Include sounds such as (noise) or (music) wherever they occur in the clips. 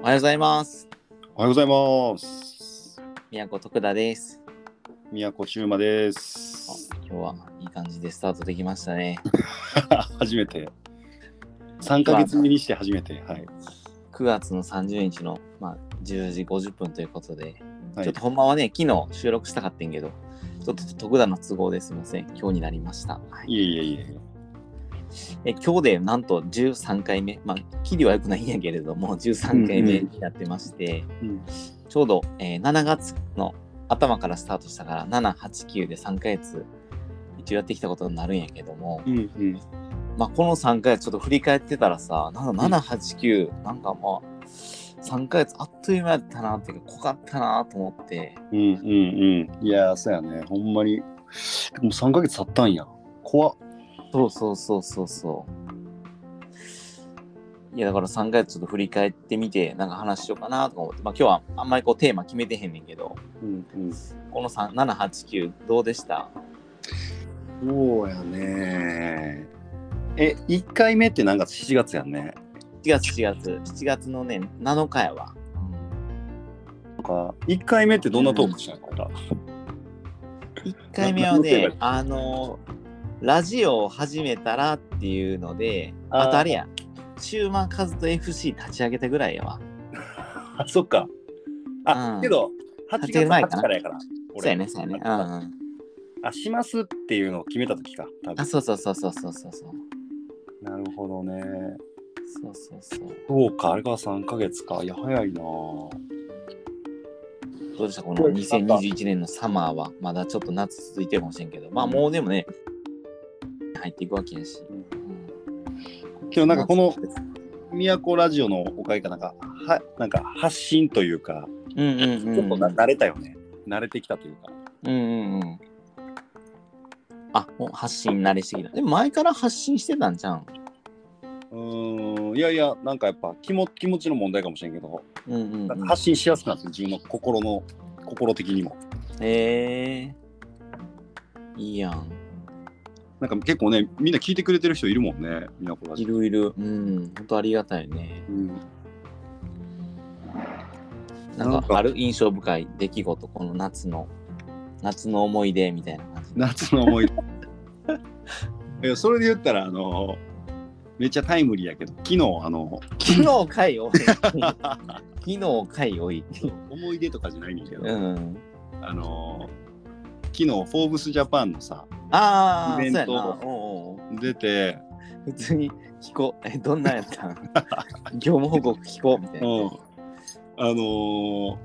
おはようございます。おはようございます。宮古徳田です。宮古中馬ですあ。今日はいい感じでスタートできましたね。初めて。3ヶ月目にして初めて。はい。 9月の30日の、まあ、10時50分ということで、はちょいっと、ほんまはね、昨日収録したかったんけど、ちょっと徳田の都合ですいません。今日になりました。はいいえいえいえ。え今日でなんと13回目、まあ、キリは良くないんやけれども、13回目になってまして、うん、ちょうど、えー7月の頭からスタートしたから、7、8、9で3ヶ月、一応やってきたことになるんやけども、うん、うん。まあ、この3ヶ月ちょっと振り返ってたらさ、なんか7、8、9、なんかまあ、3ヶ月あっという間やったなっていうか、濃かったなと思って、うん、うん、うん。いやー、そうやね。ほんまに。もう3ヶ月経ったんや。怖っ。そうそうそうそうそう。いや、だから3ヶ月ちょっと振り返ってみて、なんか話しようかなとか思って、まあ今日はあんまりこうテーマ決めてへんねんけど、うん、うん。この3 7、8、9どうでしたそうやね。え、1回目ってなんか7月やんね。 ?7 月、4月、7月のね、7日やわ。なんか、1回目ってどんなトークしたのかな、 1回目はななんて言えばいねいの、あの、ラジオを始めたらっていうので、ああーとあれや、シューマンカズと FC 立ち上げたぐらいやわ。あ、 (laughs) そっか。あ、うんけど、八8月月前かな8からやから。そうやね、そうやね。うんうん。あ、しますっていうのを決めた時か。多分あ、そうそうそうそうそうそうそう。なるほどね。そうそうそう。そうか、あれが3ヶ月か。いや、早いなぁどうでしたこの2021年のサマーは、まだちょっと夏続いてるかもしれんけど、まあもうでもね、入っていくわけやし。うんけどなんかこの、都ラジオのおかげかなんか、は、なんか発信というか、うんうんうんうん。ちょっとな、慣れたよね。慣れてきたというか。うんうんうん。あ、もう発信慣れしてきた。でも前から発信してたんじゃん。うーん、いやいや、なんかやっぱ気も気持ちの問題かもしれんけど、うんうん、なんうかん。発信しやすくなって、自分の心の、心的にも。へえー。いいやん。なんか結構ね、みんな聞いてくれてる人いるもんね、都ラいジオ。るいる。うん。本当ありがたいね。うん、ななんんかかある印象深い出来事、この夏の、夏の思い出みたいな感じ。夏の思い出いやそれで言ったらあのめっちゃタイムリーやけど昨日あの昨日か (laughs) いおい。昨日かいおい。思い出とかじゃないねんだけど、うん。あの昨日「フォーブスジャパン」のさああ、そうイベやントな。おうおう出て、普通に聞こう。え、どんなんやった (laughs) ん業務報告聞こうみたいうんな。あのー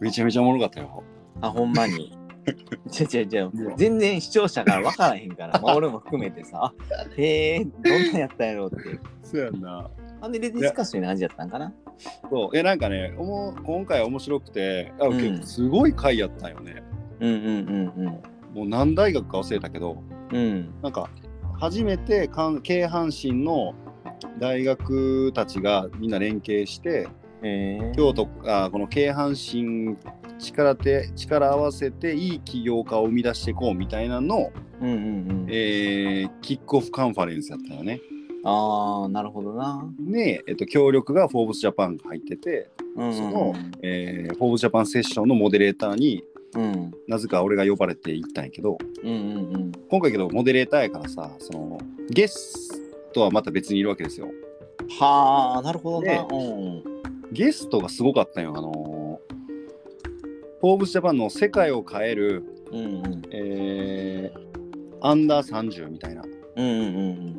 めちゃめちゃおもろかったよ。あ、ほんま (laughs) に。違う違う違ううわ。全然視聴者から分からへんから、まあ、俺も含めてさ、あへえ、どんなんやったんやろうって。そうやんな。なんでディスカッションに感じやったんかなそう。え、なんかね、おも今回面白くて、あうん結構すごい回やったんよね。うんうんもう何大学か忘れたけど、うんうん。うん。なんか初めて関京阪神の大学たちがみんな連携してえー、京都あこの京阪神力手力合わせていい起業家を生み出していこうみたいなの、うんうんうん。えーキックオフカンファレンスだったよね。ああ、なるほどな。で、えっと、協力が「フォーブスジャパン」が入ってて、うんうんそのえーフォーブスジャパンセッションのモデレーターにうんなぜか俺が呼ばれて行ったんやけどうんうんうん。今回けどモデレーターやからさそのゲストはまた別にいるわけですよ。はあ、なるほどな。でうんゲストがすごかったよ。あのーフォーブスジャパンの世界を変える、うんうんえーアンダー30みたいな、うんうんうん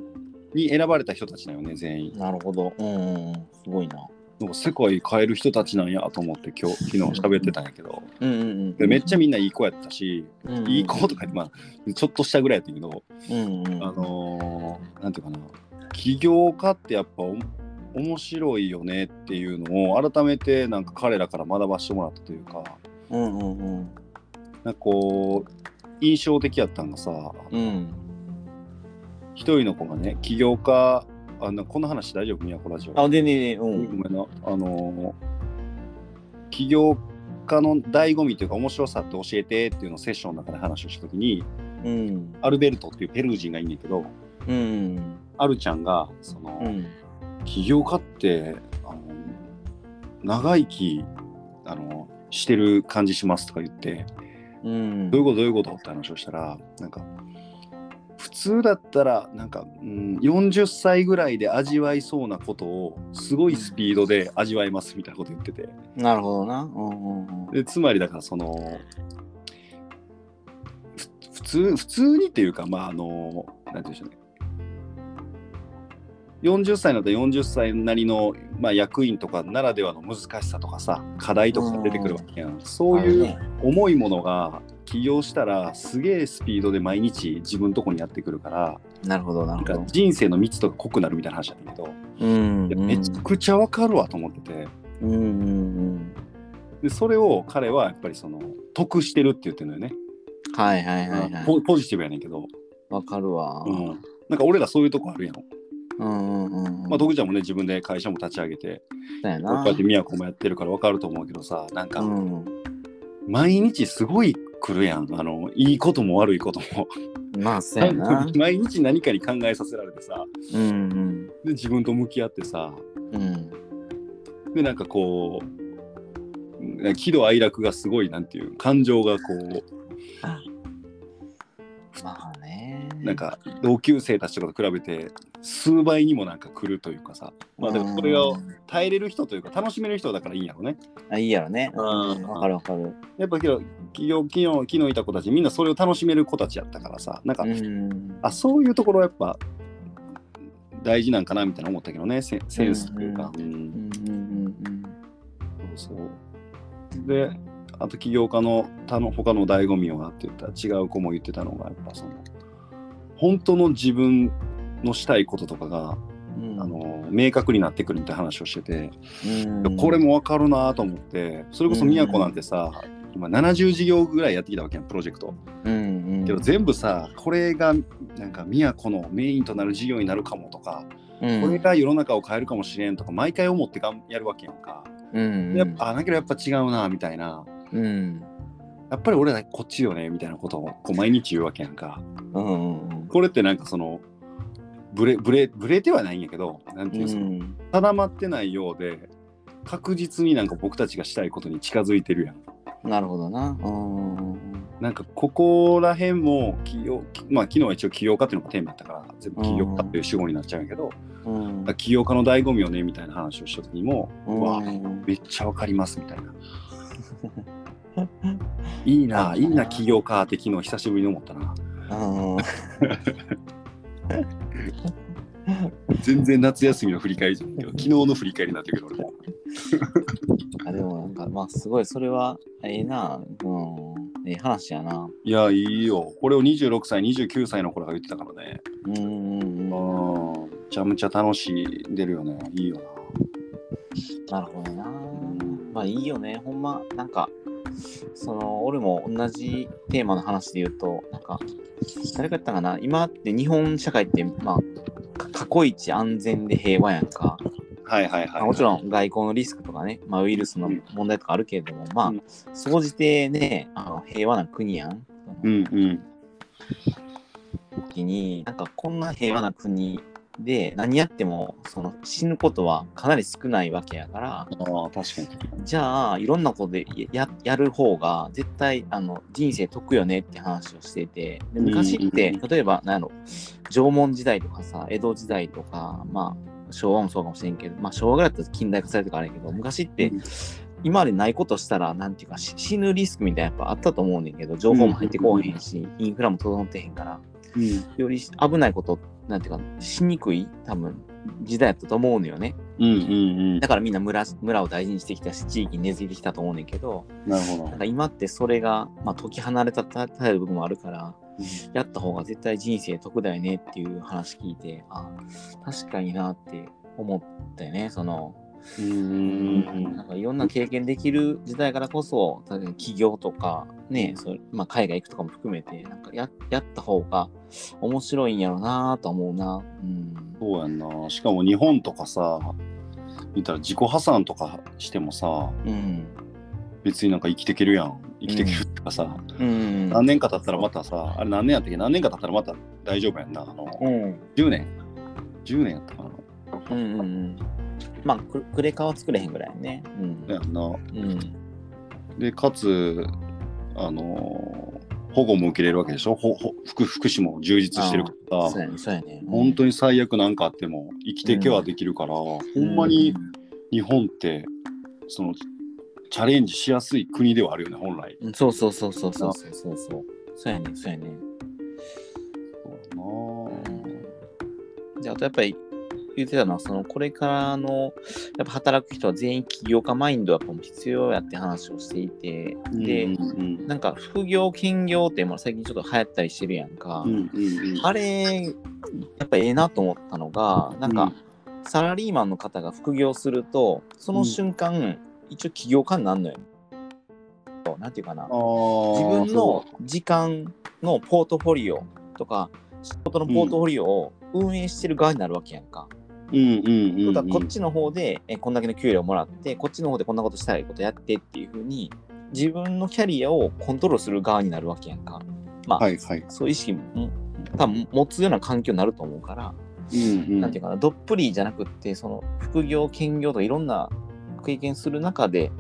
に選ばれた人たちだよね、全う員ん。。なるほど。うんうんうん。すごいな。なんか世界変える人たちなんやと思って、今日、昨日喋ってたんやけど、うんうんうでん。めっちゃみんないい子やったし、うんうんいい子とか、まあ、ちょっとしたぐらいやったけど、うんうん。あのーなんていうかな、起業家ってやっぱお面白いよねっていうのを、改めてなんか彼らから学ばしてもらったというか。うんうんうん。なんかこう印象的やったのがさうん。一人の子がね起業家あなんかこの話大丈夫都ラジオあ、でねね、うごめん。んなあのー起業家の醍醐味というか面白さって教えてっていうのをセッションの中で話をした時にうん。アルベルトっていうペルー人がいんだけどうん。アルちゃんがその、うん。起業家ってあの長生きあのしてる感じしますとか言ってうんどういうことどういうことって話をしたらなんか普通だったらなんか、うん、40歳ぐらいで味わいそうなことをすごいスピードで味わいますみたいなこと言っててなるほどな。うんうんうんでつまりだからそのふ普通普通にっていうかまああのなんて言うんでしょうね40歳になったら40歳なりの、まあ、役員とかならではの難しさとかさ課題とかが出てくるわけやん、そういうあのね重いものが起業したらすげえスピードで毎日自分のとこにやってくるからなるほど、ななんるほど。か人生の道とか濃くなるみたいな話だったけど、うんいやめちゃくちゃわかるわと思っててうんうんうん。でそれを彼はやっぱりその得してるって言ってるのよね、はいはいはいはポい。ポジティブやねんけど、わかるわ。うん、なんか俺らそういうとこあるやん、うんうんうん。まあ徳ちゃんもね自分で会社も立ち上げてだよこなう。やって宮古もやってるからわかると思うけどさなんかうん。毎日すごい来るやんあのいいことも悪いこともまあ、そうやな。 (laughs) 毎日何かに考えさせられてさうんで自分と向き合ってさうん。うん。でなんかこう喜怒哀楽がすごいなんていう感情がこうまあね。なんか同級生たちとかと比べて数倍にもなんか来るというかさまあだからこれうをん耐えれる人というか楽しめる人だからいいんやろね。あ、いいやろね。うんわかるわかる。やっぱけど企業昨日昨日いた子たちみんなそれを楽しめる子たちやったからさなんか、うん。あそういうところやっぱ大事なんかなみたいな思ったけどねセンセンスというか。うんうんうんうんそうそう。で、あと起業家の他の他の醍醐味はって言ったら違う子も言ってたのがやっぱその本当の自分のしたいこととかが、うん。あの明確になってくるみたいな話をしてて、うん、これも分かるなと思ってそれこそ宮古なんてさ、今70事業ぐらいやってきたわけやんプロジェクトうんうん、けど全部さこれがなんか宮古のメインとなる事業になるかもとか、うん、これが世の中を変えるかもしれんとか毎回思ってがんやるわけやんか、うん、やっぱあだけどやっぱ違うなみたいなうん、やっぱり俺らこっちよねみたいなことをこう毎日言うわけやんか。うんうんこれってなんかそのブレブレブレてはないんやけどなんてういうんですか、ん、定まってないようで確実になんか僕たちがしたいことに近づいてるやん。なるほどな。うんなんかここら辺も起業まあ昨日は一応起業家っていうのがテーマやったから全部起業家っていう主語になっちゃうんやけど、うん起業家の醍醐味をねみたいな話をした時にも、ううわん、めっちゃわかりますみたいな。いいな、いいな、起業家って昨日久しぶりに思ったな。うん全然夏休みの振り返りじゃないけど、昨日の振り返りになってるけど、俺も。あでもなんかまあすごいそれはええな、うん、ええ話やな。いや、いいよ。これを26歳、29歳の頃が言ってたからね。うんうんううん、ん、めちゃめちゃ楽しんでるよね。いいよなるほどな。まあいいよね、ほんまなんかその俺も同じテーマの話で言うとなんか誰か言ったかな今って日本社会ってまあか過去一安全で平和やんか。な。はいはいはい。まあもちろん外交のリスクとかね、まあ、ウイルスの問題とかあるけれども、まうんあ、総じてね、あの平和な国やん。うそのんうん。時に、なんかこんな平和な国で何やってもその死ぬことはかなり少ないわけやから、ああ、確かに。じゃあいろんなことでややる方が絶対あの人生得よねって話をしてて、で昔ってうんうん例えばなんやろ縄文時代とかさ、江戸時代とか、まあ、昭和もそうかもしれんけど、まあ、昭和ぐらいだったら近代化されるとかあるんやけど、昔ってうん今までないことしたら、なんていうか、し死ぬリスクみたいなやっぱあったと思うねんけど、情報も入ってこうへんし、インフラも整ってへんから、より危ないこと、なんていうか、しにくい、多分、時代やったと思うのよね。うんうんうんだ。からみんな村村を大事にしてきたし、地域に根付いてきたと思うねんけど、なるほどなん。か今ってそれが、まあ、解き離れたたたる部分もあるから、やった方が絶対人生得だよねっていう話聞いて、あ、確かになって思ったよね、その、うんうんうんなんかいろんな経験できる時代からこそ、例えば企業とか、ね、そうまあ、海外行くとかも含めて、なんかややった方が面白いんやろうなと思うな。うん。そうやんな。しかも日本とかさ、見たら自己破産とかしてもさ、うん。別になんか生きてけるやん。生きてけるってかさ、うん。何年か経ったらまたさ、あれ何年やったっけ何年か経ったらまた大丈夫やんな。あの、うん。 10年 ?10 年やったかな。うんうんうん。まあククレカは作れへんぐらいねうんやんな。うんで、かつ、あのー保護も受けれるわけでしょほほ福福祉も充実してるからそうやねそうやね本当に最悪なんかあっても生きていけはできるから、ほんまに日本ってそのチャレンジしやすい国ではあるよね本来うんそうそうそうそうそうそうそうそうそうやねそうやねであとやっぱり言ってたのはそのこれからのやっぱ働く人は全員起業家マインドはやっぱ必要やって話をしていて、でうんうんなんか副業兼業ってもう最近ちょっと流行ったりしてるやんか、うんうんあれやっぱええなと思ったのがなんか、サラリーマンの方が副業するとその瞬間、一応起業家になるのよ。なんていうかな自分の時間のポートフォリオとか仕事のポートフォリオを運営してる側になるわけやんか。うんうんうんとかうんこっちの方でえこんだけの給料もらってこっちの方でこんなことしたらいいことやってっていう風に自分のキャリアをコントロールする側になるわけやんか。まあ、はいはいそういう意識も多分持つような環境になると思うから、うんなんていうかなどっぷりじゃなくってその副業兼業とかいろんな経験する中で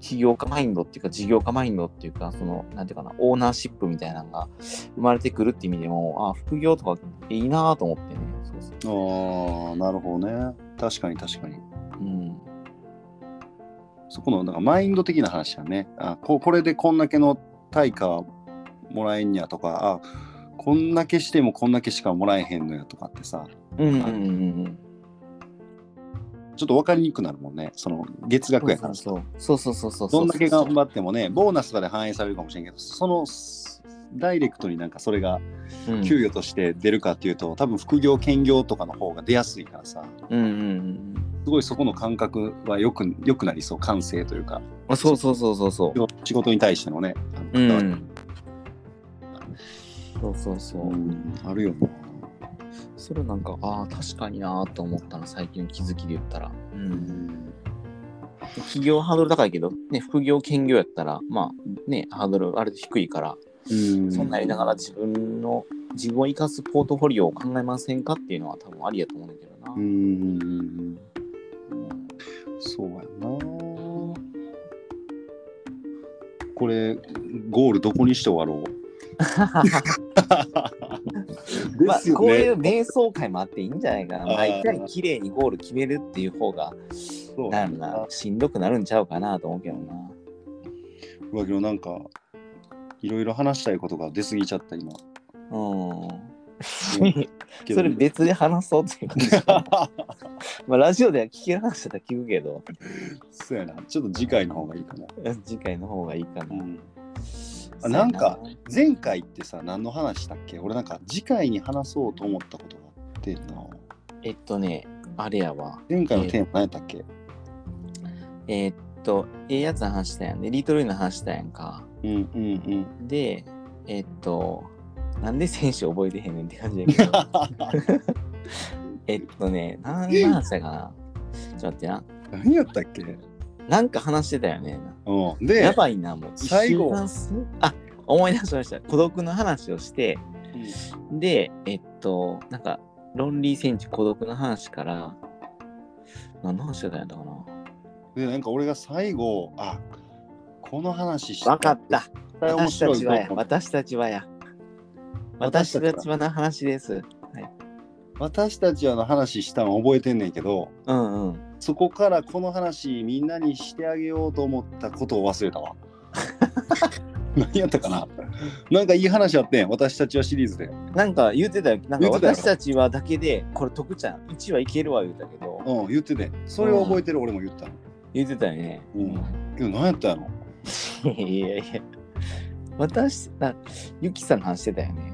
起業家マインドっていうか事業家マインドっていうかそのなんていうかなオーナーシップみたいなのが生まれてくるって意味でもあ副業とかいいなと思ってねそうそうああなるほどね確かに確かにうんそこのなんかマインド的な話だねあここれでこんだけの対価もらえんやとかあこんだけしてもこんだけしかもらえへんのやとかってさうんうんうんちょっと分かりにくくなるもんねその月う額んやからそうそうそうそうそうそうどんだけ頑張ってもね、ボーナスとかで反映されるかもしれんけど、そのすダイレクトになんかそれがうん給与として出るかっていうと、多分副業、兼業とかの方が出やすいからさ、うんうんうんすごいそこの感覚はよくよくなりそう、感性というか、あそうそうそうそうそう仕事に対してのね、あうのん。そうそうそう。うんあるよな。それなんか、ああ、確かになーと思ったの、最近の気づきで言ったら。う。うんん企業ハードル高いけど、ね、副業兼業やったら、まあ、ね、ハードルあれ低いから、そんなんやりながら自分の、自分を生かすポートフォリオを考えませんかっていうのは多分ありやと思うんだけどな。ううんんそうやな。これ、ゴールどこにして終わ (laughs) ろうまであすよね、こういう瞑想会もあっていいんじゃないかな。あー毎回綺麗にゴール決めるっていう方が、そうなんやろな、しんどくなるんちゃうかなと思うけどな。うわけどなんかいろいろ話したいことが出過ぎちゃった今。 (laughs) うん。けど (laughs) それ別で話そうっていう感じまあラジオでは聞ける話だったら聞くけど、 (laughs) そうやなちょっと次回の方がいいかな。 (laughs) 次回の方がいいかな。あなんか前回ってさ何の話したっけ俺なんか次回に話そうと思ったことがあってな。えっとね、あれやわ。前回のテーマ何やったっけ、えーっと、ええやつの話したやんね。リトルイの話したやんか。うんうんうん。で、えっと、なんで選手覚えてへんねんって感じやけど。 (laughs) えっとね、なんの話したかな。ちょっと待ってな。何やったっけなんか話してたよね。うん。で、やばいな、もう。最後一週間すあ、思い出しました。孤独の話をして、で、えっと、なんか、ロンリーセンチ孤独の話から、何の話だったんやったかなで、なんか俺が最後、あこの話しわかった。絶対面私た白いちとは思や。う私たちはや。私私たちはたちはの話です。私たちはの話したの覚えてんねんけど、うんうん。そこからこの話みんなにしてあげようと思ったことを忘れ (laughs) たわ。何やったかななんかいい話あってん私たちはシリーズで。なんか言ってたよ。なんか言ってたよ私たちはだけで、これ徳ちゃん、1はいけるわ言うたけど、うん、言ってて。それを覚えてる俺も言ったの。言ってたよね。うんけど何やったのいやいやいや。私、なゆきさんの話してたよね。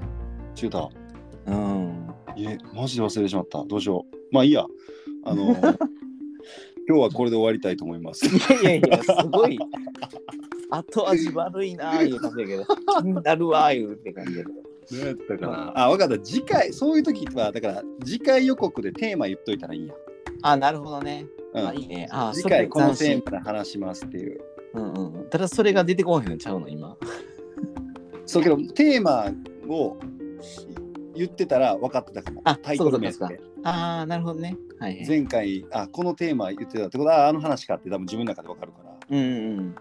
中太。うん。え、マジで忘れてしまった。どうしよう。まあいいや。(laughs) あの、今日はこれで終わりたいと思います。いやいや、すごい。後味悪いなあいう感じだけど、気になるわあいうって感じだけど。何やったかなあ、わかった。次回、そういう時は、だから次回予告でテーマ言っといたらいいや。あ、なるほどね。うんあ、いいね。あ、次回このそれテーマで話しますっていう。うんうん。ただそれが出てこへんのちゃうの、今。そうけどテーマを言ってたら分かってたかも。あタイトル名そういうで。ああ、なるほどね。はいはい。前回、あ、このテーマ言ってたってことは、ああの話かって多分自分の中で分かるから。うんうん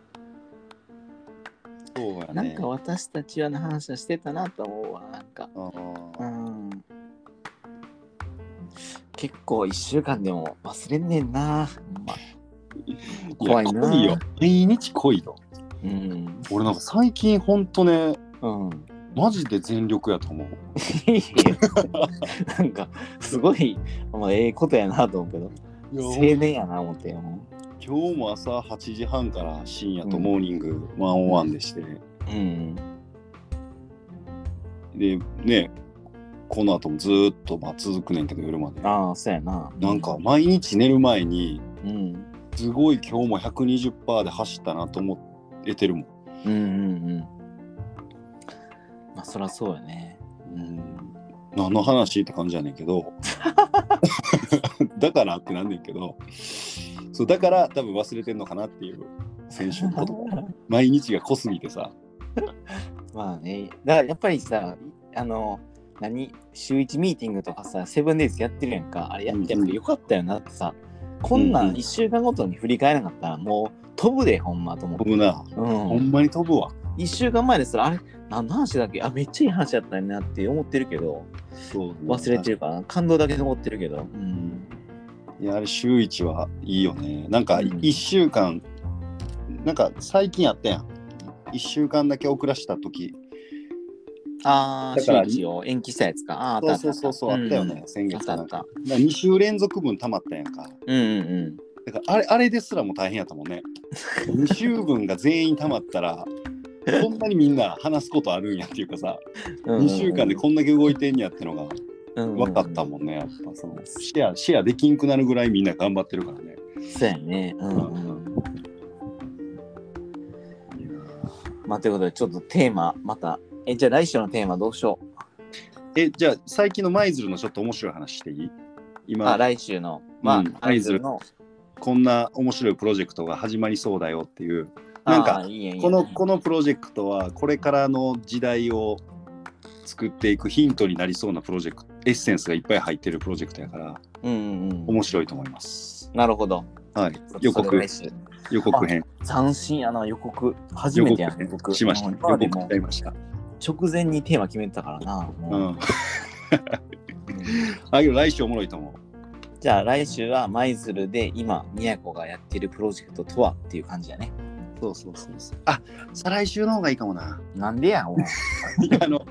そううやん。なんねか。私たちはの話はしてたなと思うわ、なんか。あうーん。結構一週間でも忘れんねんな。ほんま怖いなやよ。毎日来いよ。うん。俺なんか最近ほんとね、うん。 (laughs) マジで全力やと思う。なんか、すごい、まあ、ええことやなと思うけど。青せ年やな思って。うん今日も朝8時半から深夜とモーニングワンオンワンでして、うん。で、ね、この後もずーっとまあ続くねんけど、夜まで。ああ、そうやな。なんか、毎日寝る前に、うん。すごい今日も120%で走ったなと思えてるもん。うんうんうん。まあ、そらそうやね。うん何の話って感じやねんけどだからってなんねんけどそうだから多分忘れてんのかなっていう選手の (laughs) こと毎日が濃すぎてさまあね。だからやっぱりさ、あの、何、週1ミーティングとかさ、セブンデイズやってるやんか。あれやってやっぱよかったよなってさ、こんなうんんうん1週間ごとに振り返らなかったら、もう飛ぶで、ほんまと思って。飛ぶな、うん、ほんまに飛ぶわ1週間前ですら、あれ、何の話だっけあ、めっちゃいい話だったよなって思ってるけど、そう忘れてるから、感動だけ残ってるけど。うん。いやあれ週1はいいよねなんかうん1週間、なんか最近やったやん1週間だけ遅らした時ああ、だ週から1を延期したやつか。ああ、あったそあうったそあうったそうそうあったよね、。先うんあっ月たあなっんかた。 2週連続分溜まったやんかうんうんうん。だからあれあれですらも大変やったもんね。2週分が全員たまったら、こんなにみんな話すことあるんやっていうかさ、2週間でこんだけ動いてんやってのが分分かったもんね、やっぱそのシェア、シェアできんくなるぐらいみんな頑張ってるからね。そうやね。うん、うん。まあ、ということで、ちょっとテーマ、また。え、じゃあ来週のテーマどうしよう。え、じゃあ最近の舞鶴のちょっと面白い話していいあ、今、来週の。まあ、うんアイズルの。こんな面白いプロジェクトが始まりそうだよっていう、なんかあー、いいやいいやこのこのプロジェクトはこれからの時代を作っていくヒントになりそうなプロジェクト、エッセンスがいっぱい入ってるプロジェクトやから、うんうんうん。面白いと思います。なるほど。はい、予それ告来週予告編斬新やな、予告。初予め告てやね、編僕。しました。も予う今まで告もしちゃいました。直前にテーマ決めてたからな。う。もうんあけど来週おもろいと思じゃあ来週は舞鶴で今、宮古がやってるプロジェクトとはっていう感じやね。う。そうそうそうそう。あ、再来週の方がいいかもな。 (laughs) なんでやん、お前いやあの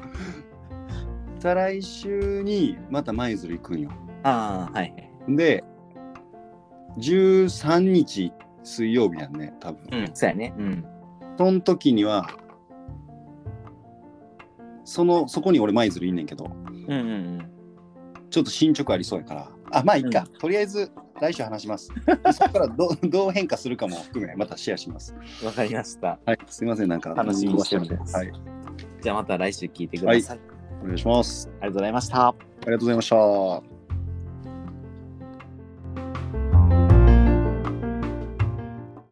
再来週にまた舞鶴行くんよ。ああ、はいはい。で13日水曜日やんね多分。うん、そうやね。うん。その時にはそのそこに俺舞鶴いんねんけどうんうんうん。ちょっと進捗ありそうやから。あ、まあいいか。とりあえず来週話 (laughs) します。でそこからどうどう変化するかも含め、またシェアします。わかりました。はい、すみません、なんか楽しみにしておりますはい、じゃあまた来週聞いてください。ありお願いします。がとうございました。ありがとうございました。